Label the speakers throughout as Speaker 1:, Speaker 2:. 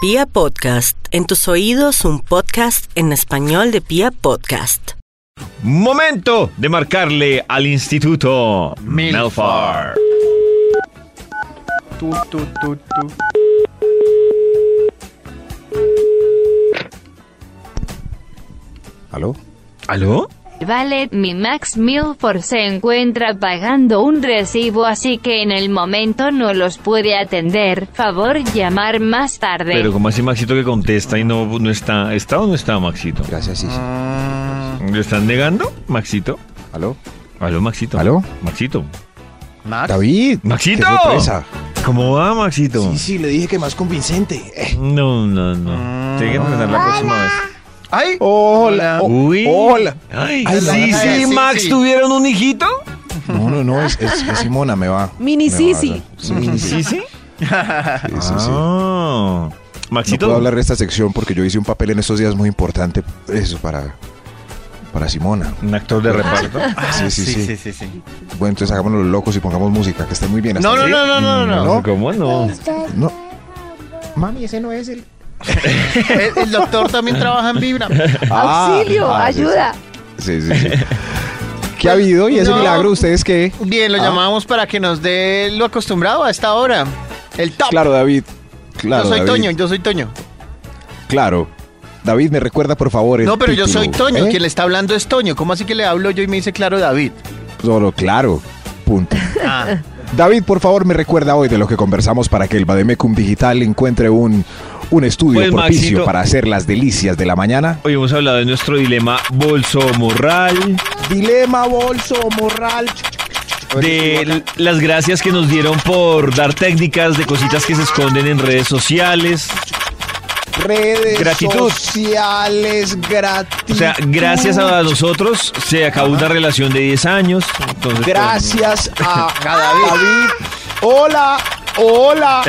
Speaker 1: Pia Podcast, en tus oídos un podcast en español de Pia Podcast.
Speaker 2: Momento de marcarle al Instituto Melfar.
Speaker 3: Tu, tu, tu, tu.
Speaker 4: ¿Aló?
Speaker 2: ¿Aló?
Speaker 5: Vale, mi Max Milford se encuentra pagando un recibo así que en el momento no los puede atender. Favor llamar más tarde.
Speaker 2: Pero como así Maxito que contesta y no, no está? ¿Está o no está Maxito?
Speaker 4: Gracias, sí. sí.
Speaker 2: ¿Lo están negando, Maxito?
Speaker 4: ¿Aló?
Speaker 2: ¿Aló, Maxito?
Speaker 4: ¿Aló?
Speaker 2: Maxito.
Speaker 4: Ah.
Speaker 3: Max.
Speaker 4: David.
Speaker 2: ¡Maxito!
Speaker 4: ¡Qué sorpresa!
Speaker 2: ¿Cómo va, Maxito?
Speaker 4: Sí, sí, le dije que más convincente. Eh.
Speaker 2: No, no, no. Tiene que
Speaker 3: Ah.
Speaker 2: presentar la próxima vez.
Speaker 3: ¡Ay!
Speaker 4: Hola.
Speaker 3: Hola.
Speaker 4: o-
Speaker 2: Uy.
Speaker 4: Hola.
Speaker 2: Ay,
Speaker 4: Ay, la
Speaker 2: sí,
Speaker 4: verdad
Speaker 2: sí,
Speaker 3: es que
Speaker 2: Max,
Speaker 3: sí.
Speaker 2: ¿tuvieron un hijito?
Speaker 4: No, no, no, es, es- es Simona, me va.
Speaker 6: Mini
Speaker 4: Me va,
Speaker 6: Sisi.
Speaker 4: ¿verdad? Sí, mini Sisi.
Speaker 2: Sí, sí.
Speaker 4: Sí, sí, sí.
Speaker 2: Ah.
Speaker 4: No
Speaker 2: Maxito.
Speaker 4: puedo hablar de esta sección porque yo hice un papel en estos días muy importante. Eso, para, para Simona.
Speaker 2: Un actor de reparto.
Speaker 4: Sí, Ah, sí, sí.
Speaker 3: sí, sí, sí.
Speaker 4: Bueno, entonces hagámonos los locos y pongamos música, que esté muy bien. hasta
Speaker 3: No, no,
Speaker 4: ahí.
Speaker 3: no, no, no, no.
Speaker 4: ¿No?
Speaker 2: Mm, ¿Cómo no?
Speaker 4: No. Mami, ese no es el.
Speaker 3: El, el doctor también trabaja en Vibra.
Speaker 6: ¡Auxilio!
Speaker 4: Ah, sí, sí.
Speaker 6: ¡Ayuda! Pues,
Speaker 4: Sí, sí, sí. ¿Qué ha habido? ¿Y ese
Speaker 3: No.
Speaker 4: milagro? ¿Ustedes qué?
Speaker 3: Bien, lo
Speaker 4: Ah.
Speaker 3: llamamos para que nos dé lo acostumbrado a esta hora. El top.
Speaker 4: Claro, David. Claro,
Speaker 3: yo soy
Speaker 4: David.
Speaker 3: Toño, yo soy Toño.
Speaker 4: Claro. David, me recuerda, por favor. el
Speaker 3: No, pero yo
Speaker 4: título,
Speaker 3: soy Toño,
Speaker 4: ¿eh?
Speaker 3: quien le está hablando es Toño. ¿Cómo así que le hablo yo y me dice claro David?
Speaker 4: No, no, claro. Punto.
Speaker 3: Ah,
Speaker 4: David, por favor, me recuerda hoy de lo que conversamos para que el Bademecum Digital encuentre un, un estudio
Speaker 2: Pues,
Speaker 4: propicio
Speaker 2: Maxito.
Speaker 4: para hacer las delicias de la mañana.
Speaker 2: Hoy hemos hablado de nuestro dilema bolso-morral,
Speaker 4: Dilema, bolso, morral.
Speaker 2: de l- las gracias que nos dieron por dar técnicas de cositas que se esconden en redes sociales.
Speaker 4: redes
Speaker 2: gratitud.
Speaker 4: sociales gratis.
Speaker 2: O sea, gracias a nosotros se acabó una relación de 10 años. Entonces,
Speaker 4: Gracias a,
Speaker 3: A David.
Speaker 4: Hola, hola.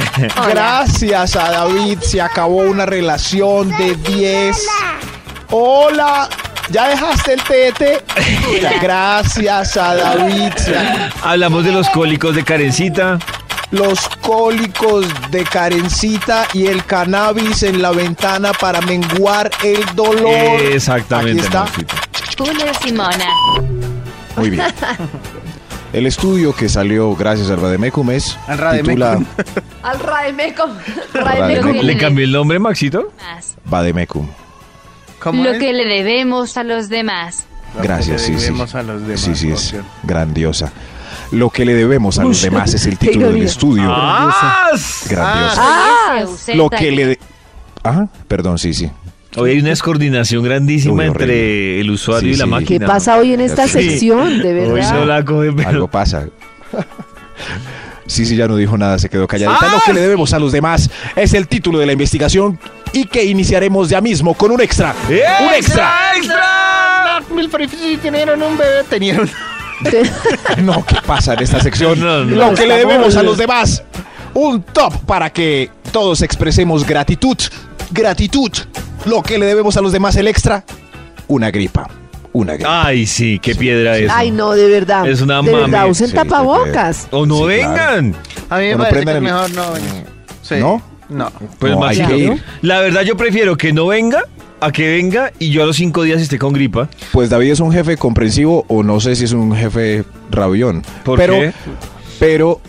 Speaker 4: Gracias a David se acabó una relación de 10. Hola. ¿Ya dejaste el tete? Gracias a David. se-
Speaker 2: pues, hablamos de los cólicos de carencita.
Speaker 4: Los cólicos de Karencita y el cannabis en la ventana para menguar el dolor.
Speaker 2: Exactamente.
Speaker 4: Aquí está.
Speaker 2: Maxito.
Speaker 5: Fuller Simona.
Speaker 4: Muy bien. El estudio que salió gracias al Rademecum es
Speaker 3: Al Rademecum.
Speaker 4: titula
Speaker 6: Al Raemeco.
Speaker 4: Raemeco.
Speaker 6: Raemeco.
Speaker 2: ¿Le cambió el nombre, Maxito?
Speaker 5: Más.
Speaker 4: Bademecum.
Speaker 3: ¿cómo
Speaker 5: Lo
Speaker 3: es?
Speaker 5: que le debemos a los demás.
Speaker 4: Gracias, sí, sí.
Speaker 3: debemos a los demás,
Speaker 4: sí, sí,
Speaker 3: por
Speaker 4: es
Speaker 3: cierto.
Speaker 4: grandiosa. Lo que le debemos a los demás es el
Speaker 6: qué
Speaker 4: título del
Speaker 6: ironía.
Speaker 4: estudio.
Speaker 2: ¡Ah!
Speaker 4: Grandiosa.
Speaker 6: Ah,
Speaker 5: Ese ausenta
Speaker 4: Lo que le... de- Ajá, perdón, sí, sí.
Speaker 2: Hoy hay una descoordinación grandísima
Speaker 4: Uy, horrible.
Speaker 2: entre el usuario
Speaker 4: Sí,
Speaker 2: y la
Speaker 4: sí.
Speaker 2: máquina.
Speaker 6: ¿Qué pasa hoy en esta
Speaker 4: Sí.
Speaker 6: sección? De
Speaker 2: Hoy no
Speaker 6: verdad.
Speaker 2: la coge, pero-
Speaker 4: Algo pasa. Sí, sí, ya no dijo nada, se quedó
Speaker 3: Ah,
Speaker 4: calladita. Lo que le debemos a los demás es el título de la investigación y que iniciaremos ya mismo con un extra. ¡Un extra!
Speaker 3: ¡Extra! Mil felices tenían un bebé, tenían un...
Speaker 4: No, ¿qué pasa en esta sección?
Speaker 2: No, no.
Speaker 4: Lo que le debemos a los demás. Un top para que todos expresemos gratitud. Gratitud. Lo que le debemos a los demás, el extra. Una gripa. Una gripa.
Speaker 2: Ay, sí, qué piedra es.
Speaker 6: Ay, no, de verdad.
Speaker 2: Es una
Speaker 6: De
Speaker 2: mami.
Speaker 6: verdad, usen
Speaker 4: Sí,
Speaker 6: tapabocas.
Speaker 2: O no
Speaker 4: Sí, claro.
Speaker 2: vengan.
Speaker 3: A mí me
Speaker 4: Bueno,
Speaker 3: parece que
Speaker 4: prendan el-
Speaker 3: es
Speaker 4: Mm.
Speaker 3: mejor no venir. Sí.
Speaker 4: ¿No?
Speaker 3: No.
Speaker 2: Pues
Speaker 4: No, hay
Speaker 2: Maxito,
Speaker 4: que ir.
Speaker 2: La verdad, yo prefiero que no venga a que venga y yo a los cinco días esté con gripa.
Speaker 4: Pues David es un jefe comprensivo o no sé si es un jefe rabión.
Speaker 2: ¿Por
Speaker 4: pero,
Speaker 2: qué?
Speaker 4: pero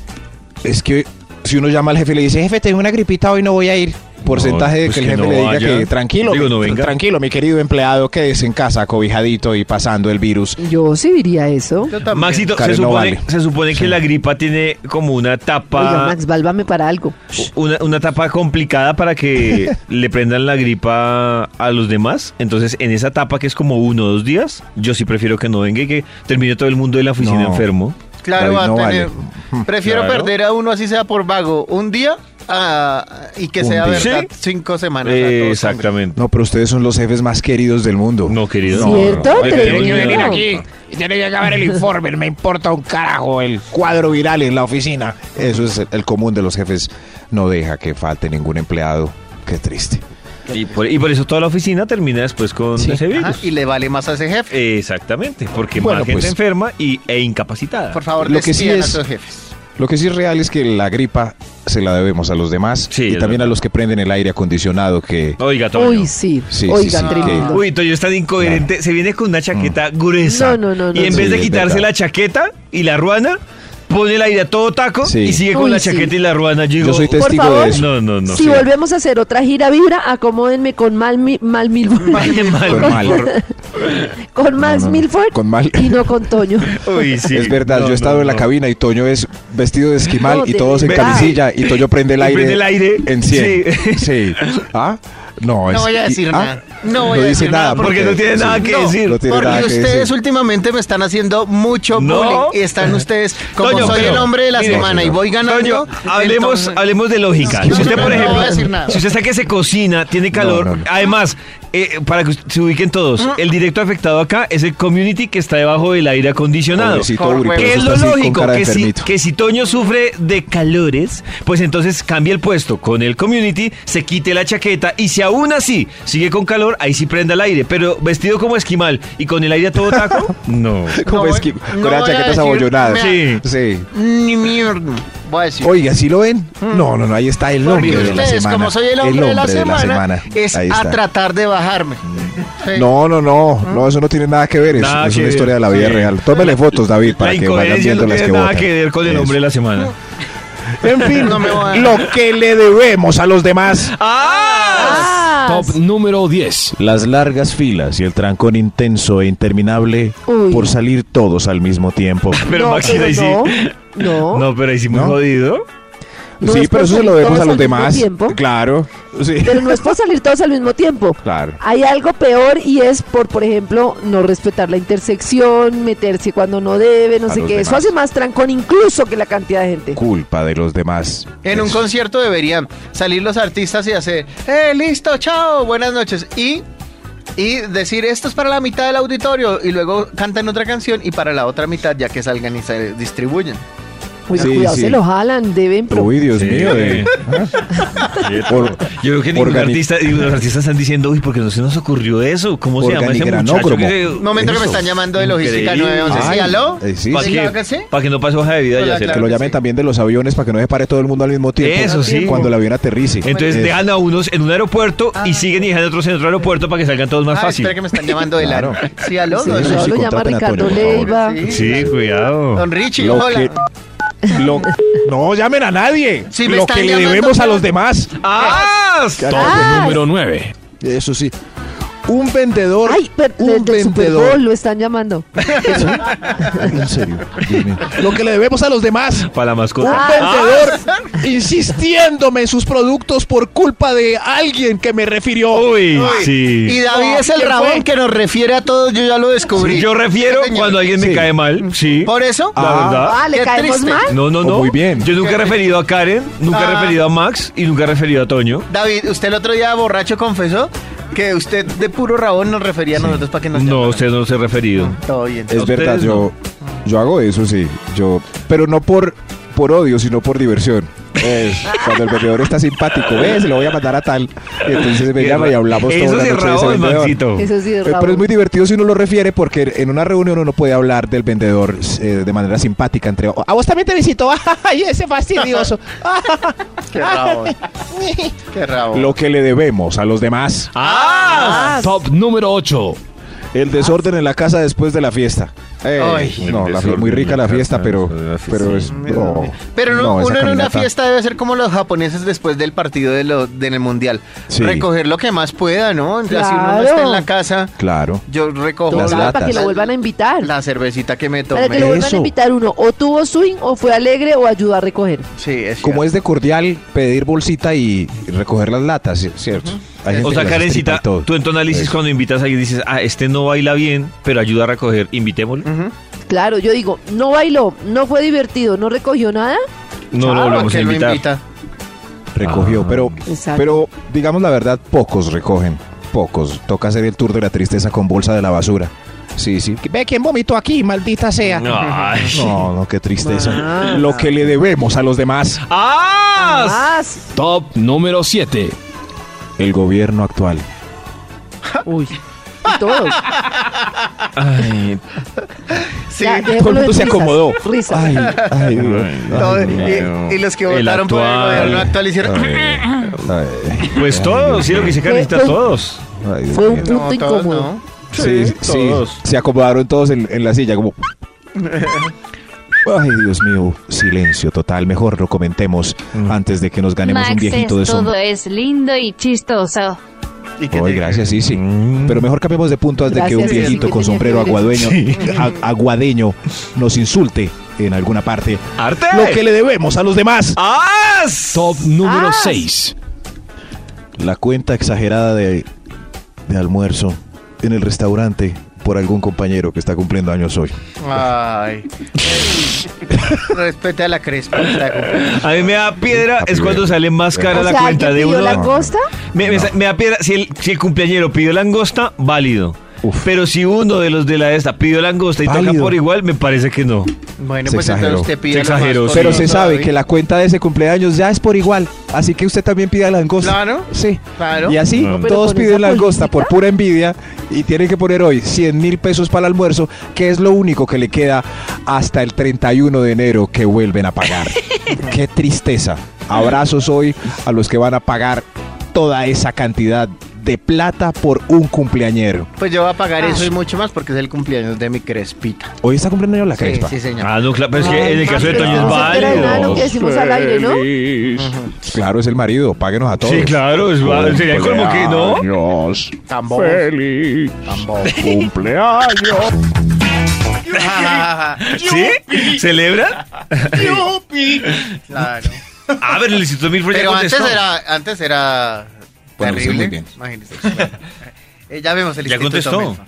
Speaker 4: es que si uno llama al jefe y le dice, jefe, tengo una gripita, hoy no voy a ir. Porcentaje de
Speaker 2: pues
Speaker 4: que el
Speaker 2: que
Speaker 4: jefe
Speaker 2: no
Speaker 4: le diga
Speaker 2: vaya.
Speaker 4: que tranquilo,
Speaker 2: Digo,
Speaker 4: mi-
Speaker 2: no venga.
Speaker 4: tranquilo, mi querido empleado, quédese en casa, cobijadito y pasando el virus.
Speaker 6: Yo sí diría eso.
Speaker 3: Yo también.
Speaker 2: Maxito,
Speaker 4: Karen,
Speaker 2: se
Speaker 4: no
Speaker 2: supone,
Speaker 4: vale.
Speaker 2: se supone que la gripa tiene como una tapa.
Speaker 6: Oiga, Max, válvame para algo.
Speaker 2: Una, una tapa complicada para que le prendan la gripa a los demás. Entonces, en esa tapa que es como uno o dos días, yo sí prefiero que no venga y que termine todo el mundo de la oficina
Speaker 4: No.
Speaker 2: enfermo.
Speaker 3: Claro,
Speaker 4: David
Speaker 3: va a
Speaker 4: no
Speaker 3: tener.
Speaker 4: vale.
Speaker 3: Prefiero
Speaker 2: Claro.
Speaker 3: perder a uno así sea por vago un día ah, y que
Speaker 4: Un
Speaker 3: sea
Speaker 4: día.
Speaker 3: verdad
Speaker 2: Sí.
Speaker 3: cinco semanas. a
Speaker 2: Eh,
Speaker 3: todos,
Speaker 2: exactamente.
Speaker 4: No, pero ustedes son los jefes más queridos del mundo.
Speaker 2: No, querido.
Speaker 6: ¿Cierto?
Speaker 2: No, no, no. Tiene
Speaker 6: Tremendo.
Speaker 2: que venir aquí.
Speaker 4: Y tiene que acabar el informe, me importa un carajo el cuadro viral en la oficina. Eso es el- el común de los jefes. No deja que falte ningún empleado. Qué triste.
Speaker 2: Y por, y por eso toda la oficina termina después con
Speaker 4: Sí.
Speaker 2: ese
Speaker 3: hombre.
Speaker 2: virus.
Speaker 3: Ajá, y le vale más a ese jefe.
Speaker 2: Exactamente, porque
Speaker 4: Bueno,
Speaker 2: más gente
Speaker 4: pues.
Speaker 2: enferma y, e incapacitada.
Speaker 3: Por favor,
Speaker 4: Lo
Speaker 3: les
Speaker 4: que sí
Speaker 3: pidan
Speaker 4: es-
Speaker 3: a sus jefes.
Speaker 4: Lo que sí es real es que la gripa se la debemos a los demás
Speaker 2: Sí,
Speaker 4: y
Speaker 2: es
Speaker 4: también
Speaker 2: verdad.
Speaker 4: a los que prenden el aire acondicionado que...
Speaker 2: Oiga, Toño.
Speaker 6: Uy, sí.
Speaker 4: Sí, sí,
Speaker 6: Oiga,
Speaker 4: sí,
Speaker 6: tremendo.
Speaker 2: Uy, Toño es tan incoherente. Se viene con una chaqueta
Speaker 4: Mm.
Speaker 2: gruesa.
Speaker 6: No, no, no, no,
Speaker 2: Y en
Speaker 6: no.
Speaker 2: vez de
Speaker 4: Sí, es
Speaker 2: quitarse
Speaker 4: verdad.
Speaker 2: la chaqueta y la ruana, pone el aire a todo taco
Speaker 4: Sí.
Speaker 2: y sigue con
Speaker 6: Uy,
Speaker 2: la
Speaker 6: sí.
Speaker 2: chaqueta y la ruana. Yo, digo,
Speaker 4: Yo soy
Speaker 6: Por
Speaker 4: testigo
Speaker 6: favor.
Speaker 4: de eso.
Speaker 2: No, no, no.
Speaker 6: si volvemos a hacer otra gira vibra, acomódenme con mal, mi- mal mil,
Speaker 2: Vale, mal.
Speaker 4: Con mal.
Speaker 6: con Max
Speaker 4: no, no.
Speaker 6: Milford
Speaker 4: Con mal.
Speaker 6: y no con Toño.
Speaker 2: Uy, sí.
Speaker 4: es verdad,
Speaker 2: No,
Speaker 4: yo he estado
Speaker 2: no,
Speaker 4: en la
Speaker 2: no.
Speaker 4: cabina y Toño es vestido de esquimal
Speaker 6: No,
Speaker 4: y
Speaker 6: de
Speaker 4: todos en
Speaker 2: verdad.
Speaker 4: camisilla y Toño prende el
Speaker 2: Y
Speaker 4: aire.
Speaker 2: prende el aire.
Speaker 4: En 100. Sí.
Speaker 2: Sí.
Speaker 4: ¿Ah? No, es,
Speaker 3: No voy a
Speaker 4: y-
Speaker 3: decir
Speaker 4: ¿ah?
Speaker 3: nada. No voy a
Speaker 4: dice
Speaker 3: decir nada
Speaker 2: porque no tiene nada que decir.
Speaker 4: No tiene
Speaker 3: Porque
Speaker 4: nada que
Speaker 3: ustedes
Speaker 4: decir.
Speaker 3: últimamente me están haciendo mucho
Speaker 2: No.
Speaker 3: bullying y están ustedes como
Speaker 2: Toño,
Speaker 3: soy
Speaker 2: pero,
Speaker 3: el hombre de la
Speaker 2: mire,
Speaker 3: semana y voy ganando.
Speaker 2: Toño, hablemos,
Speaker 3: entonces-
Speaker 2: hablemos de lógica.
Speaker 3: No,
Speaker 2: si usted,
Speaker 3: no,
Speaker 2: por
Speaker 3: no, no
Speaker 2: ejemplo,
Speaker 3: voy a decir nada.
Speaker 2: si usted está que se cocina, tiene calor,
Speaker 4: no, no.
Speaker 2: además, eh, para que se ubiquen
Speaker 3: Mm.
Speaker 2: todos, el directo afectado acá es el community que está debajo del aire acondicionado.
Speaker 4: Pobrecito
Speaker 3: Por
Speaker 4: Uri, pero
Speaker 3: huevo.
Speaker 2: ¿Qué
Speaker 4: eso
Speaker 2: es
Speaker 4: está
Speaker 2: lo
Speaker 4: así con
Speaker 2: lógico?
Speaker 4: cara de
Speaker 2: Que si,
Speaker 4: enfermito.
Speaker 2: que si Toño sufre de calores, pues entonces cambie el puesto con el community, se quite la chaqueta y si aún así sigue con calor, ahí sí prenda el aire. Pero vestido como esquimal y con el aire a todo taco, no.
Speaker 4: Como
Speaker 3: No,
Speaker 4: esqui-
Speaker 3: no
Speaker 4: con
Speaker 3: voy
Speaker 4: las
Speaker 3: a
Speaker 4: chaquetas
Speaker 3: decir
Speaker 4: abollonadas.
Speaker 3: nada.
Speaker 2: Sí.
Speaker 4: Sí.
Speaker 3: Ni mierda. Voy a decir.
Speaker 4: Oiga, ¿sí lo ven? No, no, no, ahí está el
Speaker 3: Porque
Speaker 4: hombre de la
Speaker 3: Mm. ustedes,
Speaker 4: semana.
Speaker 3: como soy el hombre, de, la semana, es
Speaker 4: Ahí
Speaker 3: a
Speaker 4: está.
Speaker 3: tratar de bajarme. Sí.
Speaker 4: No, no, no, no, eso no tiene nada que ver, es,
Speaker 2: Nada
Speaker 4: es
Speaker 2: que
Speaker 4: una
Speaker 2: ver,
Speaker 4: historia de la vida
Speaker 2: sí.
Speaker 4: real. Tómele fotos, David, para
Speaker 2: la
Speaker 4: que vayan
Speaker 2: incoherencia
Speaker 4: viendo
Speaker 2: no
Speaker 4: las
Speaker 2: tiene
Speaker 4: que
Speaker 2: nada
Speaker 4: votan.
Speaker 2: que ver con el
Speaker 4: Eso.
Speaker 2: hombre de la semana.
Speaker 4: En fin,
Speaker 3: No me voy a-
Speaker 4: lo que le debemos a los demás.
Speaker 6: Ah,
Speaker 7: Top número 10.
Speaker 4: Las largas filas y el trancón intenso e interminable
Speaker 6: Uy.
Speaker 4: por salir todos al mismo tiempo.
Speaker 2: Pero
Speaker 6: no,
Speaker 2: Maxi
Speaker 6: pero
Speaker 2: ahí sí.
Speaker 6: no, no.
Speaker 2: No, pero ahí sí muy
Speaker 4: ¿No?
Speaker 2: jodido.
Speaker 6: No
Speaker 4: sí,
Speaker 6: es
Speaker 4: pero
Speaker 6: por
Speaker 4: eso se lo
Speaker 6: salir
Speaker 4: debemos
Speaker 6: todos
Speaker 4: a los
Speaker 6: al mismo
Speaker 4: demás.
Speaker 6: tiempo.
Speaker 4: Claro, sí.
Speaker 6: Pero no es por salir todos al mismo tiempo.
Speaker 4: Claro.
Speaker 6: Hay algo peor y es por, por ejemplo, no respetar la intersección, meterse cuando no debe, no
Speaker 4: A
Speaker 6: sé
Speaker 4: los
Speaker 6: qué. Eso
Speaker 4: demás.
Speaker 6: hace más trancón incluso que la cantidad de gente.
Speaker 4: Culpa de los demás.
Speaker 3: En un
Speaker 4: Eso.
Speaker 3: concierto deberían salir los artistas y hacer, ¡eh, listo, chao, buenas noches! Y, y decir, esto es para la mitad del auditorio, y luego cantan otra canción y para la otra mitad, ya que salgan y se distribuyen.
Speaker 6: Uy,
Speaker 4: Sí,
Speaker 6: cuidado,
Speaker 4: sí.
Speaker 6: se lo jalan, deben... pro-
Speaker 4: Uy, Dios
Speaker 2: Sí.
Speaker 4: mío. eh. Por-
Speaker 2: Yo creo que ningún
Speaker 4: Organi-
Speaker 2: artista, y los artistas están diciendo, uy, porque no se nos ocurrió eso. ¿Cómo se llama ese muchacho?
Speaker 4: Organigranócromo.
Speaker 2: que-
Speaker 3: Momento que me
Speaker 4: Eso.
Speaker 3: están llamando de logística
Speaker 2: Increíble.
Speaker 3: 911.
Speaker 4: Ay,
Speaker 3: ¿Sí, aló?
Speaker 4: eh, sí,
Speaker 2: ¿Para
Speaker 4: sí.
Speaker 2: que,
Speaker 3: Claro que sí.
Speaker 2: pa' que no pase hoja de vida
Speaker 3: Hola,
Speaker 2: ya se-
Speaker 4: que lo
Speaker 3: claro que
Speaker 4: llamen
Speaker 3: sí.
Speaker 4: también de los aviones para que no se pare todo el mundo al mismo tiempo.
Speaker 2: Eso sí.
Speaker 4: Cuando el avión aterrice.
Speaker 2: Entonces
Speaker 4: Eh,
Speaker 2: dejan a unos en un aeropuerto y siguen y dejan a otros en otro aeropuerto para que salgan todos más
Speaker 3: Ah,
Speaker 2: fácil.
Speaker 3: espera que me están llamando de
Speaker 4: Claro.
Speaker 3: la... ¿Sí, aló?
Speaker 6: Sí,
Speaker 3: don,
Speaker 4: eso
Speaker 6: no,
Speaker 4: sí,
Speaker 6: lo llama
Speaker 4: contraten a Toño,
Speaker 6: Ricardo
Speaker 4: por favor.
Speaker 6: Leiva.
Speaker 3: Sí.
Speaker 2: Sí, cuidado.
Speaker 3: don Richie,
Speaker 4: Lo
Speaker 3: hola.
Speaker 4: que- lo- no llamen a nadie.
Speaker 3: Sí, me
Speaker 4: lo
Speaker 3: están
Speaker 4: que le
Speaker 3: llamando,
Speaker 4: debemos a
Speaker 3: ya.
Speaker 4: los demás.
Speaker 2: ¡Ah!
Speaker 4: Claro.
Speaker 7: Top número 9.
Speaker 4: Eso sí. Un vendedor.
Speaker 6: Ay, pero
Speaker 4: un
Speaker 6: del, del Super
Speaker 4: vendedor.
Speaker 6: Bowl lo están llamando. Ah,
Speaker 4: En serio. Dios mío. Lo que le debemos a los demás.
Speaker 2: Para la
Speaker 4: Un
Speaker 2: mascota.
Speaker 4: vendedor insistiéndome en sus productos por culpa de alguien que me refirió.
Speaker 2: Uy,
Speaker 3: Y
Speaker 2: sí.
Speaker 3: David
Speaker 4: No,
Speaker 3: es el
Speaker 4: ¿quién
Speaker 3: rabón
Speaker 4: fue?
Speaker 3: que nos refiere a todos, yo ya lo descubrí.
Speaker 2: Yo refiero
Speaker 3: Sí, señor.
Speaker 2: cuando alguien me
Speaker 4: Sí.
Speaker 2: cae mal. Sí.
Speaker 3: Por eso...
Speaker 2: La
Speaker 4: Ah.
Speaker 2: verdad.
Speaker 6: Ah, ¿le
Speaker 3: Qué
Speaker 6: caemos
Speaker 3: triste.
Speaker 6: mal?
Speaker 2: No, no,
Speaker 4: Oh,
Speaker 2: no.
Speaker 4: muy bien.
Speaker 2: Yo nunca he referido a Karen, nunca he
Speaker 3: Ah.
Speaker 2: referido a Max y nunca he referido a Toño.
Speaker 3: David, usted el otro día borracho confesó que usted de puro rabón nos refería a nosotros para que nos
Speaker 2: No,
Speaker 3: llamaran.
Speaker 2: usted no se ha referido.
Speaker 4: Ah.
Speaker 3: Todo bien.
Speaker 4: Es
Speaker 2: Ustedes
Speaker 4: verdad, yo, yo hago eso, sí. Yo, pero no por, por odio, sino por diversión. Es, cuando el vendedor está simpático, ve, se lo voy a mandar a tal. Y entonces me llama y hablamos toda
Speaker 2: Eso
Speaker 4: la
Speaker 2: sí es
Speaker 4: noche de ese
Speaker 2: rabón,
Speaker 4: vendedor.
Speaker 2: Maxito.
Speaker 6: Eso sí
Speaker 4: Eh,
Speaker 6: es
Speaker 4: Pero
Speaker 6: raro.
Speaker 4: es muy divertido si uno lo refiere porque en una reunión uno puede hablar del vendedor eh, de manera simpática entre... A vos también te visitó, ay, ese fastidioso.
Speaker 3: Qué rabón. Qué rabón.
Speaker 4: lo que le debemos a los demás.
Speaker 2: ¡Ah!
Speaker 7: Top número 8.
Speaker 4: El desorden en la casa después de la fiesta. Eh,
Speaker 3: Ay.
Speaker 4: no,
Speaker 2: El
Speaker 4: la fie-
Speaker 2: desorden
Speaker 4: muy
Speaker 2: en
Speaker 4: rica
Speaker 2: la
Speaker 4: la fiesta,
Speaker 2: casa
Speaker 4: pero,
Speaker 2: después de la fiesta.
Speaker 4: pero es... no,
Speaker 3: Pero no,
Speaker 4: no, esa
Speaker 3: uno en una
Speaker 4: caminata-
Speaker 3: fiesta debe ser como los japoneses después del partido de lo, del mundial.
Speaker 4: Sí.
Speaker 3: Recoger lo que más pueda, ¿no? Si uno no
Speaker 6: Claro.
Speaker 3: está en la casa,
Speaker 4: Claro.
Speaker 3: yo recojo
Speaker 6: Total,
Speaker 4: las
Speaker 6: para que
Speaker 4: latas.
Speaker 6: lo vuelvan a invitar.
Speaker 3: la cervecita que me
Speaker 6: Para que lo
Speaker 3: tomé.
Speaker 6: vuelvan
Speaker 4: Eso.
Speaker 6: a invitar uno. O tuvo swing, o fue alegre, o ayudó a recoger.
Speaker 3: Sí, es
Speaker 4: Como
Speaker 3: cierto.
Speaker 4: es de cordial pedir bolsita y recoger las latas, ¿ci- ¿cierto? Hay gente
Speaker 2: Eh, O
Speaker 4: que
Speaker 2: sea,
Speaker 4: las estripa
Speaker 2: Karencita,
Speaker 4: y todo. Pues.
Speaker 2: tú en tu análisis
Speaker 4: Eso.
Speaker 2: cuando invitas a alguien dices, ah, este no baila bien, pero ayuda a recoger, invitémoslo.
Speaker 3: Ujú.
Speaker 6: Claro, yo digo, no bailó, no fue divertido, no recogió nada.
Speaker 2: No
Speaker 3: Mm, Claro,
Speaker 2: lo volvemos a
Speaker 3: que lo
Speaker 2: invitar.
Speaker 3: invita.
Speaker 4: Recogió,
Speaker 2: Ah.
Speaker 4: pero,
Speaker 6: Exacto.
Speaker 4: pero digamos la verdad, pocos recogen. Pocos. Toca hacer el tour de la tristeza con bolsa de la basura. Sí, sí. Ve quién vomitó aquí, maldita sea.
Speaker 2: Ay.
Speaker 4: No, no, qué tristeza.
Speaker 6: Ah.
Speaker 4: Lo que le debemos a los demás.
Speaker 2: ¡Ah!
Speaker 6: Más.
Speaker 7: Top número 7.
Speaker 4: El gobierno actual.
Speaker 6: Uy. Y todos.
Speaker 2: Ay,
Speaker 3: Sí.
Speaker 6: Ya,
Speaker 4: Todo el
Speaker 6: dejémoslo de
Speaker 4: mundo se
Speaker 6: risas.
Speaker 4: acomodó.
Speaker 6: Risas.
Speaker 4: Ay, ay, Dios,
Speaker 3: Todo-
Speaker 4: ay,
Speaker 3: y, y los que
Speaker 2: El
Speaker 3: votaron por el
Speaker 2: actual.
Speaker 3: gobierno actual hicieron.
Speaker 4: ay,
Speaker 2: Pues todos, sí, lo que dice Carlita,
Speaker 6: Fue- fue-
Speaker 2: todos.
Speaker 4: ay, Dios
Speaker 6: Fue un
Speaker 4: mío.
Speaker 6: punto
Speaker 3: No, todos
Speaker 6: incómodo.
Speaker 3: no.
Speaker 4: Sí,
Speaker 2: Sí,
Speaker 4: sí,
Speaker 2: todos.
Speaker 4: se acomodaron todos en, en la silla como... Ay, Dios mío, silencio total. Mejor lo comentemos
Speaker 2: Mm.
Speaker 4: antes de que nos ganemos un
Speaker 5: Max es
Speaker 4: viejito de
Speaker 5: todo
Speaker 4: sombra.
Speaker 5: es lindo y chistoso.
Speaker 3: Y que
Speaker 4: Ay,
Speaker 3: te-
Speaker 4: gracias, sí, sí.
Speaker 2: Mm.
Speaker 4: Pero mejor cambiemos de punto antes de que
Speaker 6: Gracias,
Speaker 4: un
Speaker 6: sí,
Speaker 4: viejito
Speaker 6: que
Speaker 4: con
Speaker 6: tenía
Speaker 4: sombrero
Speaker 6: que ver
Speaker 4: aguadeño, a- aguadeño nos insulte en alguna parte.
Speaker 2: ¡Arte!
Speaker 4: Lo que le debemos a los demás.
Speaker 2: ¡As!
Speaker 7: Top número
Speaker 6: Ah.
Speaker 7: 6.
Speaker 4: La cuenta exagerada de, de almuerzo en el restaurante por algún compañero que está cumpliendo años hoy.
Speaker 3: Ay. Respete a la crespa. que está cumpliendo.
Speaker 2: A mí me da piedra,
Speaker 4: Ah,
Speaker 2: es cuando
Speaker 4: bien.
Speaker 2: sale más cara
Speaker 6: O
Speaker 2: la
Speaker 6: sea,
Speaker 2: cuenta
Speaker 6: ¿alguien
Speaker 2: de
Speaker 6: pidió
Speaker 2: uno.
Speaker 6: langosta?
Speaker 2: Me, me sa- me da piedra, si el, si el cumpleañero pidió langosta, válido.
Speaker 4: Uf.
Speaker 2: Pero si uno de los de la esta pidió langosta y toca
Speaker 4: Válido.
Speaker 2: por igual, me parece que no.
Speaker 3: Bueno,
Speaker 4: Se
Speaker 3: pues
Speaker 4: exageró.
Speaker 3: entonces usted pide.
Speaker 2: Se
Speaker 3: lo más
Speaker 2: exageró, sí.
Speaker 3: costoso
Speaker 4: Pero se sabe
Speaker 3: todavía.
Speaker 4: que la cuenta de ese cumpleaños ya es por igual. Así que usted también pida langosta.
Speaker 3: Claro.
Speaker 4: Sí.
Speaker 3: Claro.
Speaker 4: Y así
Speaker 2: No,
Speaker 6: pero
Speaker 4: todos
Speaker 6: con esa
Speaker 4: piden langosta
Speaker 6: política.
Speaker 4: por pura envidia y tienen que poner hoy 100 mil pesos para el almuerzo, que es lo único que le queda hasta el 31 de enero que vuelven a pagar. Qué tristeza. Abrazos hoy a los que van a pagar toda esa cantidad de plata por un cumpleañero.
Speaker 3: Pues yo voy a pagar eso y mucho más porque es el cumpleaños de mi crespita.
Speaker 4: Hoy está cumpliendo la
Speaker 3: Sí,
Speaker 4: crespa.
Speaker 3: sí, señor.
Speaker 2: Ah, no, claro, pero es que en el caso de
Speaker 6: Pero
Speaker 2: Toño es
Speaker 6: no se entera de nada de lo que
Speaker 2: válido.
Speaker 6: decimos al aire, ¿no?
Speaker 4: Claro, es el marido, páguenos a todos.
Speaker 2: Sí, claro, es válido. Sería como que no.
Speaker 8: Cumpleaños.
Speaker 3: Tambo.
Speaker 8: Feliz
Speaker 3: Tambo.
Speaker 8: cumpleaños.
Speaker 2: ¿Sí? ¿Celebran?
Speaker 3: Claro.
Speaker 2: A ver, el Instituto Milford ya
Speaker 3: Pero antes
Speaker 2: contestó.
Speaker 3: era, antes era
Speaker 4: Bueno, sí,
Speaker 3: terrible.
Speaker 4: muy bien.
Speaker 3: Imagínese. Eh, ya vemos el
Speaker 2: Ya
Speaker 3: Instituto
Speaker 2: contestó.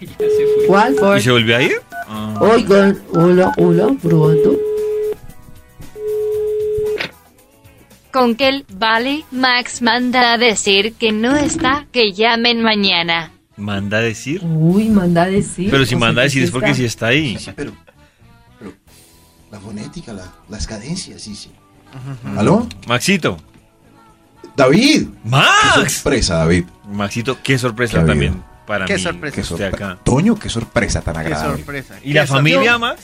Speaker 3: Milford.
Speaker 6: ¿Cuál
Speaker 2: ¿Y se volvió a ir?
Speaker 6: Oigan, hola, hola, probando.
Speaker 5: Con que el vale, Max manda a decir que no está, que llamen mañana.
Speaker 2: Manda a decir.
Speaker 9: Uy, manda a decir.
Speaker 2: Pero si
Speaker 9: O sea,
Speaker 6: pues
Speaker 2: manda a
Speaker 9: que
Speaker 2: decir
Speaker 9: sí
Speaker 2: es porque
Speaker 9: está.
Speaker 2: sí está ahí.
Speaker 10: La fonética, la- las cadencias, sí, sí. ¿Aló?
Speaker 2: Maxito.
Speaker 10: David.
Speaker 2: ¡Max!
Speaker 4: Sorpresa, David.
Speaker 2: Maxito, qué sorpresa
Speaker 4: Qué ha habido.
Speaker 2: también. Para
Speaker 3: Qué
Speaker 2: mí.
Speaker 3: sorpresa.
Speaker 2: que
Speaker 4: Qué
Speaker 2: esté
Speaker 4: sorpresa.
Speaker 2: acá.
Speaker 4: Toño, qué sorpresa tan
Speaker 3: Qué
Speaker 4: agradable.
Speaker 3: sorpresa.
Speaker 2: ¿Y la
Speaker 3: Qué
Speaker 2: familia,
Speaker 3: sorpresa.
Speaker 2: Max?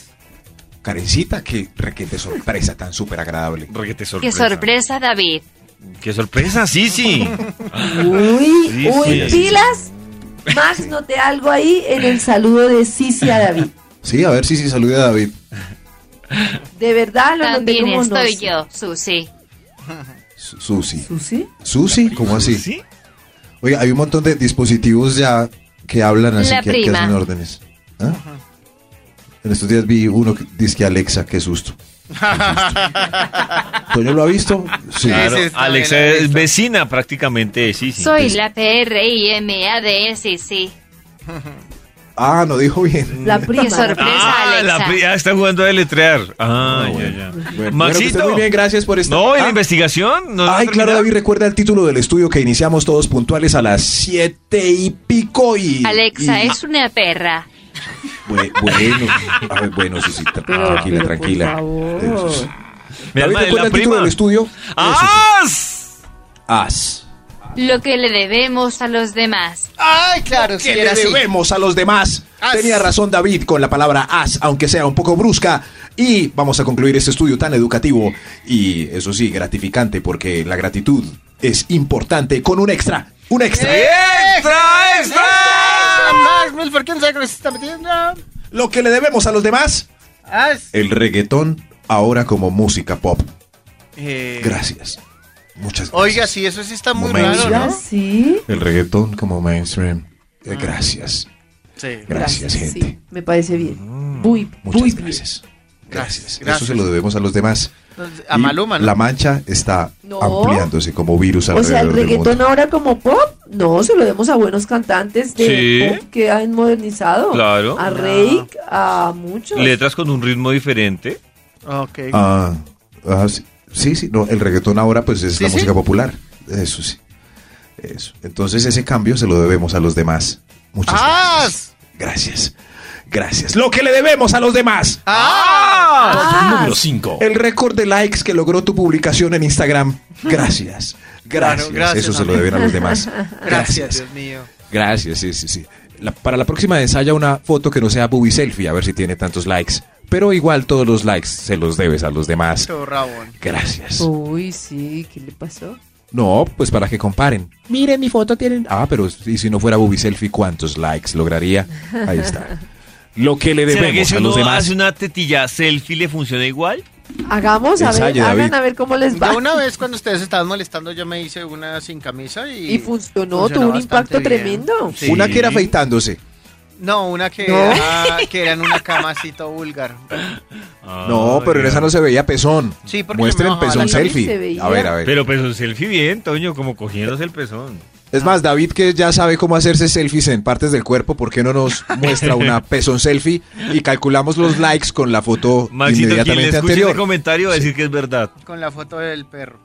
Speaker 4: Karencita, qué requete sorpresa tan súper agradable.
Speaker 2: Requete
Speaker 5: Qué
Speaker 2: sorpresa.
Speaker 5: sorpresa, David.
Speaker 2: Qué sorpresa, sí, sí.
Speaker 9: Uy,
Speaker 2: Sí,
Speaker 9: uy,
Speaker 2: sí.
Speaker 9: pilas. Max, noté algo ahí en el saludo de Cici a David.
Speaker 10: Sí, a ver si sí, salude a David.
Speaker 9: De verdad lo noté
Speaker 5: También
Speaker 9: como no
Speaker 5: estoy
Speaker 9: sé.
Speaker 5: yo, Susi.
Speaker 10: Su- Susi.
Speaker 9: ¿Susi?
Speaker 10: Susi, ¿cómo así?
Speaker 2: ¿Sí?
Speaker 10: Oiga, hay un montón de dispositivos ya que hablan así,
Speaker 5: La
Speaker 10: que, que
Speaker 5: prima.
Speaker 10: hacen órdenes. ¿Ah? En estos días vi uno que dice que Alexa, qué susto. Qué susto. ¿Toño lo ha visto?
Speaker 3: Ah.
Speaker 10: Sí.
Speaker 2: Claro,
Speaker 3: Sí, sí, está
Speaker 2: Alexa
Speaker 3: bien,
Speaker 2: es
Speaker 3: Alexa.
Speaker 2: vecina prácticamente, sí, sí.
Speaker 10: Pues
Speaker 5: Soy la PRIMA de SIC.
Speaker 10: Ah, no dijo bien.
Speaker 9: La prima.
Speaker 5: Qué sorpresa,
Speaker 2: Ah, la
Speaker 5: Alexa.
Speaker 2: pri- ah, está jugando a deletrear. Ah, ya, ya.
Speaker 4: Bueno, que esté
Speaker 2: Maxito.
Speaker 4: muy bien, gracias por estar.
Speaker 2: no, ¿y la
Speaker 4: Ah,
Speaker 2: investigación? ¿No la
Speaker 10: Ay, claro,
Speaker 2: terminaron?
Speaker 10: David, recuerda el título del estudio que iniciamos todos puntuales a las siete y pico y...
Speaker 5: Alexa ¿eh?
Speaker 10: y-
Speaker 5: es una perra.
Speaker 10: Bue- Bueno, a ver, bueno, Susi, tra-
Speaker 6: Pero-
Speaker 10: tranquila,
Speaker 6: pero por
Speaker 10: tranquila.
Speaker 6: favor.
Speaker 10: Eso sí.
Speaker 2: Mi
Speaker 10: David,
Speaker 2: alma es
Speaker 10: ¿recuerda
Speaker 2: la
Speaker 10: el título
Speaker 2: prima.
Speaker 10: del estudio?
Speaker 2: ¡Ah!
Speaker 10: As.
Speaker 5: Lo que le debemos a los demás.
Speaker 3: Ay, claro, sí,
Speaker 4: que
Speaker 3: era
Speaker 4: le
Speaker 3: así.
Speaker 4: debemos a los demás.
Speaker 3: As.
Speaker 10: Tenía razón David con la palabra as, aunque sea un poco brusca. Y vamos a concluir este estudio tan educativo y, eso sí, gratificante, porque la gratitud es importante con un extra. Un extra.
Speaker 2: ¡Extra, extra!
Speaker 3: Max Milford, ¿quién sabe con qué se está metiendo?
Speaker 10: Lo que le debemos a los demás.
Speaker 3: Ah,
Speaker 10: El reggaetón ahora como música pop.
Speaker 3: eh,
Speaker 10: Gracias. Muchas gracias.
Speaker 3: Oiga, sí, eso sí está muy
Speaker 10: Momento.
Speaker 3: raro,
Speaker 9: ¿Ya
Speaker 3: ¿no?
Speaker 9: sí?
Speaker 10: El reggaetón como mainstream. Eh, Gracias.
Speaker 3: Sí.
Speaker 10: Gracias, gente.
Speaker 9: Sí, me parece bien. Muy,
Speaker 10: Muchas
Speaker 9: muy bien.
Speaker 10: gracias. Gracias.
Speaker 3: Gracias.
Speaker 10: Eso se lo debemos a los demás.
Speaker 3: Entonces, A
Speaker 10: Y
Speaker 3: Maluma, ¿no?
Speaker 10: La mancha está
Speaker 9: No.
Speaker 10: ampliándose como virus
Speaker 9: O
Speaker 10: alrededor
Speaker 9: sea, el
Speaker 10: del
Speaker 9: reggaetón
Speaker 10: mundo.
Speaker 9: ahora como pop, no, se lo demos a buenos cantantes de
Speaker 2: Sí.
Speaker 9: pop que han modernizado.
Speaker 2: Claro.
Speaker 5: Ah,
Speaker 3: Ah.
Speaker 9: A Reik, a muchos.
Speaker 2: Letras con un ritmo diferente.
Speaker 3: Ok.
Speaker 10: Ah, ah, sí, sí, sí, no, el reggaetón ahora pues es
Speaker 3: Sí,
Speaker 10: la
Speaker 3: sí.
Speaker 10: música popular. Eso sí. Eso. Entonces ese cambio se lo debemos a los demás. Muchas
Speaker 3: ¡As!
Speaker 10: gracias. Gracias. Gracias. Lo que le debemos a los demás.
Speaker 3: Ah.
Speaker 5: Ah.
Speaker 7: Número 5.
Speaker 10: El récord de likes que logró tu publicación en Instagram. Gracias. Gracias.
Speaker 3: gracias,
Speaker 10: Eso se lo
Speaker 3: amigo.
Speaker 10: deben a los demás.
Speaker 3: Gracias, Dios mío.
Speaker 10: Gracias, sí, sí, sí.
Speaker 4: la- para la próxima ensaya una foto que no sea boobie selfie, a ver si tiene tantos likes. Pero igual todos los likes se los debes a los demás.
Speaker 3: Todo rabón.
Speaker 4: Gracias.
Speaker 6: Uy, sí, ¿qué le pasó?
Speaker 4: No, pues para que comparen. Miren mi foto tienen. Ah, pero ¿y si no fuera boobie selfie cuántos likes lograría? Ahí está. Lo que le
Speaker 2: ¿Será que
Speaker 4: debemos
Speaker 2: si
Speaker 4: a
Speaker 2: uno
Speaker 4: los demás.
Speaker 2: hace una tetilla selfie le funciona igual?
Speaker 6: Hagamos, a ver,
Speaker 4: Ensayo,
Speaker 6: hagan
Speaker 4: David.
Speaker 6: a ver cómo les va.
Speaker 3: Yo una vez cuando ustedes estaban molestando, yo me hice una sin camisa y.
Speaker 6: Y funcionó, tuvo un
Speaker 3: bastante
Speaker 6: impacto tremendo.
Speaker 3: Sí.
Speaker 4: Una que era afeitándose.
Speaker 3: No, una que,
Speaker 6: No.
Speaker 3: Era, que era en una cama así todo vulgar.
Speaker 2: Ah,
Speaker 4: No, pero en esa no se veía pezón.
Speaker 3: Sí, porque
Speaker 4: Muestren
Speaker 3: me bajaba
Speaker 4: pezón
Speaker 6: la camisa y se
Speaker 4: selfie.
Speaker 6: veía.
Speaker 4: A ver, a ver.
Speaker 2: Pero pues un selfie bien, Toño, como cogiéndose el pezón.
Speaker 4: es más, David que ya sabe cómo hacerse selfies en partes del cuerpo, ¿por qué no nos muestra una pezón selfie y calculamos los likes con la foto
Speaker 2: Maxito, quien le
Speaker 4: inmediatamente
Speaker 2: escuche ese
Speaker 4: anterior?
Speaker 2: comentario va a decir que es verdad.
Speaker 3: Con la foto del perro.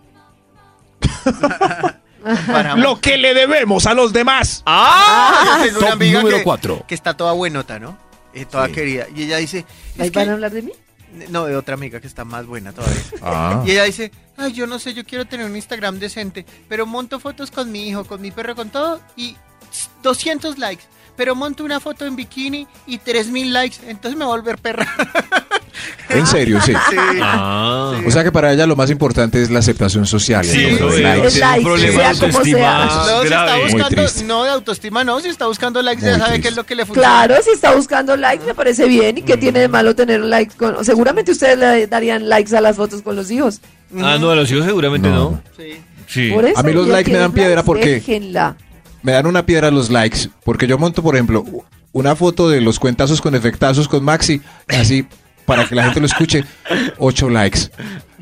Speaker 3: Comparamos.
Speaker 4: Lo que le debemos a los demás.
Speaker 3: Ah, yo tengo
Speaker 8: Top
Speaker 3: una amiga
Speaker 8: número
Speaker 3: que,
Speaker 8: cuatro.
Speaker 3: que está toda buenota, ¿no? Eh, toda
Speaker 4: Sí.
Speaker 3: querida. Y ella dice,
Speaker 6: ¿Ahí
Speaker 3: es que-
Speaker 6: van a hablar de mí?
Speaker 3: no, de otra amiga que está más buena todavía.
Speaker 4: Ah.
Speaker 3: Y ella dice, ay, yo no sé, yo quiero tener un Instagram decente, pero monto fotos con mi hijo, con mi perro, con todo, y tss, 200 likes. Pero monto una foto en bikini y 3000 likes, entonces me voy a volver perra.
Speaker 4: En serio, sí.
Speaker 3: Sí.
Speaker 2: Ah.
Speaker 4: O sea que para ella lo más importante es la aceptación social.
Speaker 2: Sí,
Speaker 4: ¿no?
Speaker 2: eso
Speaker 4: Los
Speaker 2: es.
Speaker 4: likes.
Speaker 2: Es
Speaker 6: likes,
Speaker 2: un problema
Speaker 6: sea
Speaker 2: de
Speaker 6: como
Speaker 2: autoestima
Speaker 6: sea.
Speaker 3: No, si está
Speaker 2: grave.
Speaker 4: Muy
Speaker 3: buscando,
Speaker 4: triste.
Speaker 3: no de autoestima, no, si está buscando likes,
Speaker 4: Muy
Speaker 3: ya sabe
Speaker 4: triste.
Speaker 3: qué es lo que le funciona.
Speaker 6: Claro,
Speaker 11: Si está buscando likes, me parece bien.
Speaker 4: Mm.
Speaker 11: ¿Y qué tiene de malo tener un like con.? Seguramente ustedes le darían likes a las fotos con los hijos.
Speaker 3: Ujú.
Speaker 2: Ah, no, a los hijos seguramente no.
Speaker 4: No.
Speaker 3: Sí.
Speaker 2: Sí.
Speaker 6: Por eso,
Speaker 4: A mí los
Speaker 6: y el
Speaker 4: likes
Speaker 6: que
Speaker 4: me dan
Speaker 6: los likes,
Speaker 4: piedra porque-
Speaker 6: déjenla.
Speaker 4: Me dan una piedra los likes, porque yo monto, por ejemplo, una foto de los cuentazos con efectazos con Maxi, así, para que la gente lo escuche, ocho likes.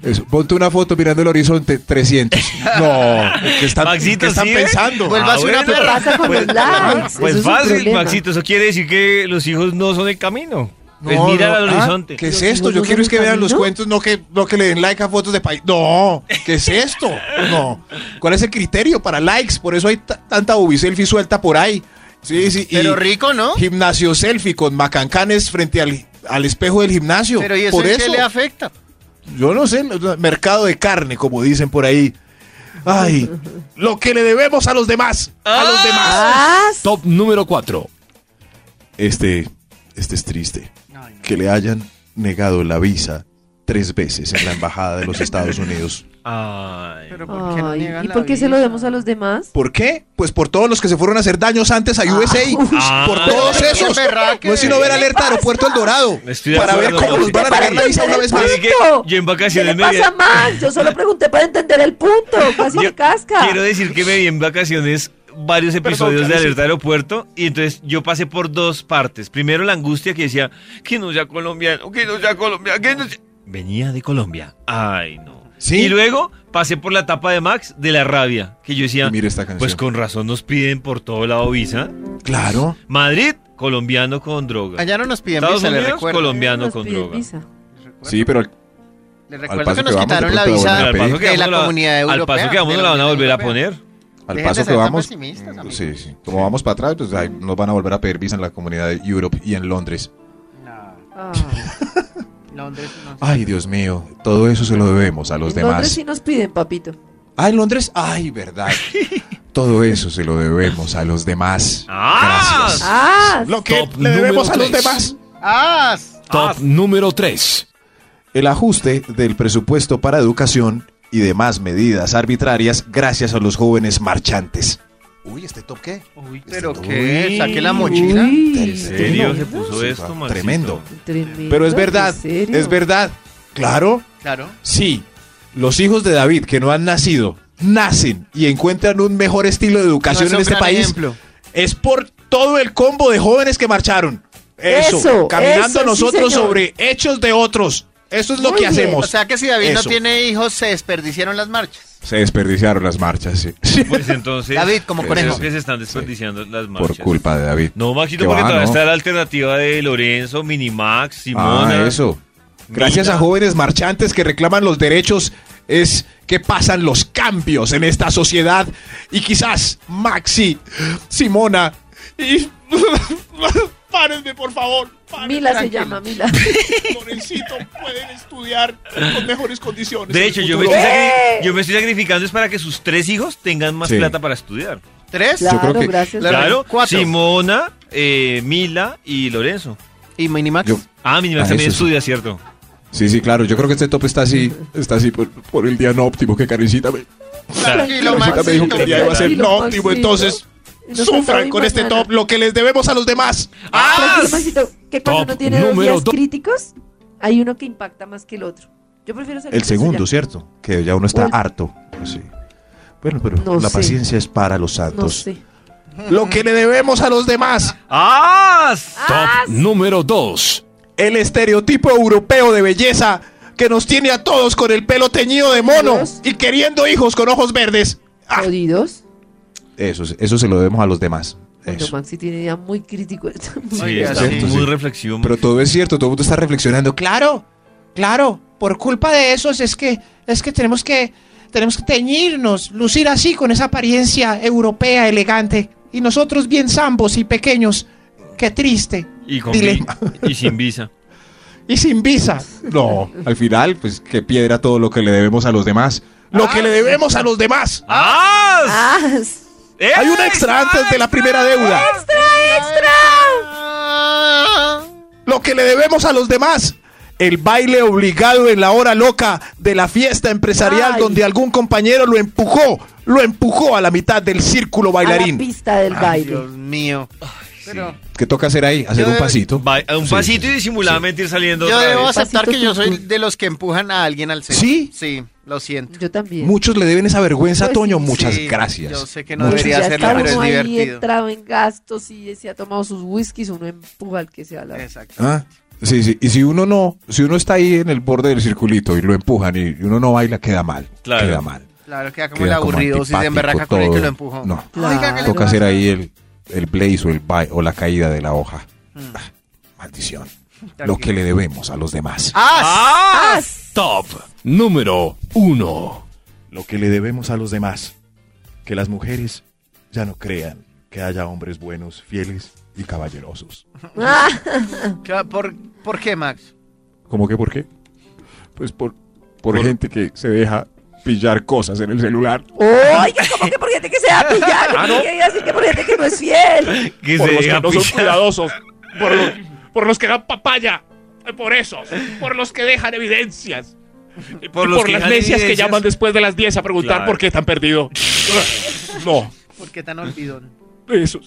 Speaker 4: Eso, Ponte una foto mirando el horizonte, 300. No, ¿qué están,
Speaker 2: Maxito,
Speaker 4: qué están
Speaker 2: ¿sí ve?
Speaker 4: pensando?
Speaker 6: Pues
Speaker 3: Vuelva a ser una
Speaker 2: Ah, bueno.
Speaker 3: perra.
Speaker 6: Pasa con los likes.
Speaker 2: Pues
Speaker 6: eso es un
Speaker 2: fácil,
Speaker 6: problema.
Speaker 2: Maxito, eso quiere decir que los hijos no son el camino.
Speaker 4: No,
Speaker 2: es mirar
Speaker 4: no,
Speaker 2: al
Speaker 4: ah,
Speaker 2: horizonte.
Speaker 4: ¿Qué es
Speaker 6: Los
Speaker 4: esto?
Speaker 6: hijos
Speaker 4: Yo
Speaker 6: no
Speaker 4: quiero
Speaker 6: son
Speaker 4: es que
Speaker 6: el
Speaker 4: vean los
Speaker 6: camino.
Speaker 4: cuentos, no que, no que le den like a fotos de país. No, ¿qué es esto? No. ¿Cuál es el criterio para likes? Por eso hay ta- tanta ubi selfie suelta por ahí. Sí, sí. y-
Speaker 3: Pero rico, ¿no?
Speaker 4: Gimnasio selfie con macancanes frente al, al espejo del gimnasio.
Speaker 3: Pero ¿y eso,
Speaker 4: por
Speaker 3: en
Speaker 4: eso,
Speaker 3: qué le afecta?
Speaker 4: yo no sé, lo- mercado de carne, como dicen por ahí. Ay, lo que le debemos a los demás. A los demás.
Speaker 6: Ah,
Speaker 8: Top número 4.
Speaker 4: Este, este es triste. Que le hayan negado la visa tres veces en la embajada de los Estados Unidos.
Speaker 2: Ay.
Speaker 3: Pero ¿por qué no
Speaker 6: Ay,
Speaker 3: niegan
Speaker 6: ¿Y
Speaker 3: la
Speaker 6: por qué se lo
Speaker 3: visa?
Speaker 6: demos a los demás?
Speaker 4: ¿Por qué? Pues por todos los que se fueron a hacer daños antes a USA.
Speaker 2: Ah.
Speaker 4: por todos
Speaker 3: Ay, qué
Speaker 4: esos.
Speaker 3: berraque.
Speaker 4: No es sino ver alerta Aeropuerto El Dorado.
Speaker 2: Estoy de
Speaker 4: Para ver
Speaker 2: acuerdo,
Speaker 4: cómo nos
Speaker 2: Maxito.
Speaker 4: van a negar la visa una vez más.
Speaker 2: Así que yo en
Speaker 11: ¿Qué
Speaker 2: vacaciones
Speaker 11: le
Speaker 2: me vi-
Speaker 11: pasa más? Yo solo pregunté para entender el punto. Casi
Speaker 2: Yo
Speaker 11: me casca.
Speaker 2: Quiero decir que me vi en vacaciones varios episodios de Alerta Aeropuerto y entonces yo pasé por dos partes. Primero la angustia que decía, que no sea colombiano, que no sea colombiano, que no sea... Venía de Colombia. Ay, no.
Speaker 4: Sí.
Speaker 2: Y luego pasé por la etapa de Max de la rabia, que yo decía,
Speaker 4: Y mira esta canción.
Speaker 2: pues con razón nos piden por todo lado visa.
Speaker 4: Claro.
Speaker 2: Madrid, colombiano con droga.
Speaker 3: Allá no nos piden
Speaker 2: Estados
Speaker 3: visa, le
Speaker 2: Unidos,
Speaker 3: recuerdo.
Speaker 2: colombiano
Speaker 6: Nos
Speaker 2: con
Speaker 6: piden
Speaker 2: droga.
Speaker 6: visa.
Speaker 2: pues,
Speaker 4: Sí, pero
Speaker 3: Le
Speaker 4: Al
Speaker 3: recuerdo
Speaker 4: paso
Speaker 3: que nos
Speaker 4: que vamos, de
Speaker 3: quitaron
Speaker 4: pronto la
Speaker 3: la
Speaker 2: Pero
Speaker 4: van
Speaker 3: visa
Speaker 4: a
Speaker 2: al paso que
Speaker 3: de
Speaker 2: vamos
Speaker 3: la
Speaker 2: la-
Speaker 3: comunidad
Speaker 2: al
Speaker 3: europea.
Speaker 2: paso que vamos la
Speaker 3: de
Speaker 2: van a
Speaker 3: Unión
Speaker 2: volver a
Speaker 3: Europea.
Speaker 2: poner.
Speaker 4: al
Speaker 3: Dejen
Speaker 4: paso
Speaker 3: de
Speaker 4: que
Speaker 3: ser tan
Speaker 4: vamos,
Speaker 3: pesimistas, amigos.
Speaker 4: sí, sí. Como vamos para atrás, pues ahí nos van a volver a pedir visa en la comunidad de Europe y en Londres.
Speaker 3: No,
Speaker 6: Ah,
Speaker 3: Londres no.
Speaker 4: Ay, Dios mío, todo eso se lo debemos a los
Speaker 6: en Londres
Speaker 4: demás.
Speaker 6: sí nos piden, papito.
Speaker 4: Ah, en Londres, ay, verdad. Todo eso se lo debemos a los demás.
Speaker 2: Ah.
Speaker 4: Gracias.
Speaker 6: Ah,
Speaker 4: Lo que
Speaker 8: Top
Speaker 4: le debemos a
Speaker 8: número
Speaker 4: los
Speaker 8: tres.
Speaker 4: demás.
Speaker 3: ¡Ah!
Speaker 8: Top número 3.
Speaker 4: El ajuste del presupuesto para educación y demás medidas arbitrarias gracias a los jóvenes marchantes. Uy, ¿este top qué?
Speaker 2: Uy,
Speaker 3: ¿Pero
Speaker 4: Uy.
Speaker 3: qué? ¿Saqué la mochila?
Speaker 4: ¿En
Speaker 2: ¿En
Speaker 6: uy,
Speaker 2: serio se
Speaker 4: Tremendo.
Speaker 2: puso
Speaker 4: Sí,
Speaker 2: esto, Maxito?
Speaker 4: tremendo.
Speaker 6: tremendo,
Speaker 4: Pero es
Speaker 6: ¿en
Speaker 4: verdad,
Speaker 6: serio?
Speaker 4: es verdad. Claro,
Speaker 3: Claro.
Speaker 4: Sí, los hijos de David que no han nacido, nacen y encuentran un mejor estilo de educación
Speaker 3: No, es
Speaker 4: en
Speaker 3: un
Speaker 4: este
Speaker 3: gran
Speaker 4: país.
Speaker 3: ejemplo.
Speaker 4: Es por todo el combo de jóvenes que marcharon. Eso,
Speaker 6: Eso, eso,
Speaker 4: caminando
Speaker 6: sí,
Speaker 4: nosotros
Speaker 6: señor.
Speaker 4: sobre hechos de otros. Eso es lo
Speaker 6: Muy
Speaker 4: que
Speaker 6: bien.
Speaker 4: hacemos.
Speaker 3: O sea que si David
Speaker 4: Eso.
Speaker 3: no tiene hijos, se desperdiciaron las marchas.
Speaker 4: Se desperdiciaron las marchas, sí.
Speaker 2: Pues entonces.
Speaker 3: David, como
Speaker 2: creo
Speaker 4: conejo.
Speaker 2: que se están desperdiciando las marchas.
Speaker 4: por culpa de David.
Speaker 2: No, Maxito,
Speaker 4: Que
Speaker 2: porque
Speaker 4: va,
Speaker 2: todavía
Speaker 4: ¿no?
Speaker 2: está la alternativa de Lorenzo, Minimax, Simona.
Speaker 4: Ah, eso. Gracias
Speaker 2: Mira.
Speaker 4: a jóvenes marchantes que reclaman los derechos es que pasan los cambios en esta sociedad y quizás Maxi, Simona y párenme por favor. párenme,
Speaker 6: Mila se
Speaker 3: Tranquila.
Speaker 6: llama, Mila.
Speaker 4: Lorencito, pueden estudiar con mejores condiciones.
Speaker 2: De
Speaker 4: en
Speaker 2: hecho,
Speaker 4: el
Speaker 2: yo me,
Speaker 4: futuro.
Speaker 2: estoy sacri- yo me estoy sacrificando es para que sus tres hijos tengan más
Speaker 4: Sí.
Speaker 2: plata para estudiar.
Speaker 3: ¿Tres?
Speaker 4: creo
Speaker 6: Claro,
Speaker 4: que-
Speaker 6: gracias.
Speaker 3: Claro.
Speaker 2: Claro,
Speaker 3: Cuatro.
Speaker 2: Simona, eh, Mila y Lorenzo.
Speaker 3: ¿Y Minimax?
Speaker 4: Yo-
Speaker 2: Ah, Minimax
Speaker 4: Ah,
Speaker 2: también
Speaker 4: eso sí.
Speaker 2: estudia, ¿cierto?
Speaker 4: Sí, sí, claro. Yo creo que este top está así, está así por, por el día no óptimo que Karencita me,
Speaker 2: Claro.
Speaker 3: Tranquilo,
Speaker 4: Karencita me dijo que el día iba a ser
Speaker 6: Tranquilo,
Speaker 4: no óptimo.
Speaker 6: Maxito.
Speaker 4: Entonces,
Speaker 6: Y nos
Speaker 4: sufran
Speaker 6: cantamos
Speaker 4: con este
Speaker 6: mañana.
Speaker 4: top lo que les debemos a los demás.
Speaker 2: ¡Ah!
Speaker 6: Tranquilo, Maxito, que cuando
Speaker 12: Top
Speaker 6: uno tiene dos
Speaker 12: número
Speaker 6: días
Speaker 12: dos.
Speaker 6: críticos, hay uno que impacta más que el otro. Yo prefiero salir
Speaker 4: El
Speaker 6: de eso
Speaker 4: segundo,
Speaker 6: ya.
Speaker 4: ¿cierto? Que ya uno está
Speaker 6: Bueno.
Speaker 4: harto. Sí. Bueno, pero
Speaker 6: No
Speaker 4: la
Speaker 6: sé.
Speaker 4: paciencia es para los santos.
Speaker 6: No sé.
Speaker 4: Lo que le debemos a los demás.
Speaker 2: ¡Ah!
Speaker 12: Top número 2.
Speaker 4: El estereotipo europeo de belleza que nos tiene a todos con el pelo teñido de mono
Speaker 6: Dios.
Speaker 4: y queriendo hijos con ojos verdes. Ah.
Speaker 13: Jodidos.
Speaker 4: Eso, eso se lo debemos a los demás.
Speaker 6: Bueno, Maxi tiene ya muy crítico.
Speaker 2: Sí,
Speaker 3: Oiga,
Speaker 2: está
Speaker 4: cierto,
Speaker 2: muy
Speaker 4: sí.
Speaker 2: reflexivo.
Speaker 4: Pero todo es cierto, todo el mundo está reflexionando. Claro, claro, por culpa de esos es que es que tenemos que tenemos que teñirnos, lucir así con esa apariencia europea elegante y nosotros bien zambos y pequeños. Qué triste.
Speaker 2: y, con vi-
Speaker 4: Dilema.
Speaker 2: y sin visa.
Speaker 4: Y sin visa. No, al final pues qué piedra todo lo que le debemos a los demás. Lo que le debemos a los demás.
Speaker 2: ¡Ah!
Speaker 6: ¡Ah!
Speaker 4: Hay un extra antes de la primera deuda. Lo que le debemos a los demás. El baile obligado en la hora loca de la fiesta empresarial
Speaker 6: Ay.
Speaker 4: donde algún compañero lo empujó, lo empujó a la mitad del círculo
Speaker 13: A la
Speaker 4: bailarín.
Speaker 13: pista del
Speaker 3: Ay,
Speaker 13: baile.
Speaker 3: Dios mío. Pero
Speaker 4: ¿Qué toca hacer ahí? Hacer
Speaker 3: Yo-
Speaker 4: un pasito.
Speaker 2: Va- a eh, un
Speaker 4: Sí,
Speaker 2: pasito
Speaker 4: sí,
Speaker 2: y disimuladamente ir saliendo.
Speaker 3: yo
Speaker 2: otra
Speaker 3: debo
Speaker 2: vez.
Speaker 3: aceptar
Speaker 13: Pasito
Speaker 3: que yo soy
Speaker 13: tuntún.
Speaker 3: de los que empujan a alguien al centro.
Speaker 4: ¿Sí?
Speaker 3: Sí, lo siento.
Speaker 13: Yo también.
Speaker 4: Muchos le deben esa vergüenza,
Speaker 13: Pues
Speaker 4: Toño.
Speaker 13: sí,
Speaker 4: Muchas
Speaker 3: Sí,
Speaker 4: gracias.
Speaker 3: Yo sé que no
Speaker 4: Muchas
Speaker 3: debería
Speaker 6: Ya
Speaker 3: hacerlo,
Speaker 6: está
Speaker 3: pero es
Speaker 6: uno ahí
Speaker 3: divertido.
Speaker 6: entrado en gastos y se ha tomado sus whiskies, uno empuja al que sea la
Speaker 3: Exacto.
Speaker 4: Ah, Sí, sí. Y si uno no, si uno está ahí en el borde del circulito y lo empujan y uno no baila, queda mal.
Speaker 2: Claro.
Speaker 4: Queda mal.
Speaker 3: Claro, queda como el
Speaker 4: Queda como
Speaker 3: aburrido si se
Speaker 4: antipático
Speaker 3: emberraca con el que
Speaker 4: todo.
Speaker 3: lo empujó.
Speaker 4: No.
Speaker 3: Oiga, ¿qué le
Speaker 4: Toca
Speaker 3: pasa?
Speaker 4: hacer ahí el, el blaze o, el ba- o la caída de la hoja. Ah, Maldición. Lo que le debemos a los demás.
Speaker 3: ¡Ah!
Speaker 12: Top número 1.
Speaker 4: Lo que le debemos a los demás. Que las mujeres ya no crean que haya hombres buenos, fieles y caballerosos.
Speaker 3: Ah.
Speaker 6: Ah.
Speaker 4: Ah.
Speaker 3: ¿Qué- ¿Por, ¿Por qué, Max?
Speaker 4: ¿Cómo que por qué? Pues por, por, gente que se deja pillar cosas en el celular.
Speaker 6: Oiga, ¿cómo que por gente que se da pillar?
Speaker 3: Ah,
Speaker 6: ¿Cómo que decir que por gente que no es fiel?
Speaker 2: Que
Speaker 8: por
Speaker 2: se
Speaker 8: los que
Speaker 2: deja
Speaker 8: no son
Speaker 2: pisar.
Speaker 8: cuidadosos, por los, por los que dan papaya, por esos, por los que dejan evidencias. Y
Speaker 2: Por
Speaker 8: por,
Speaker 2: los que
Speaker 8: las
Speaker 2: dejan
Speaker 8: necias que
Speaker 2: evidencias.
Speaker 8: llaman después de las 10 a preguntar
Speaker 2: Claro.
Speaker 8: por qué están perdido. no,
Speaker 3: ¿Por qué tan olvidón?
Speaker 8: esos.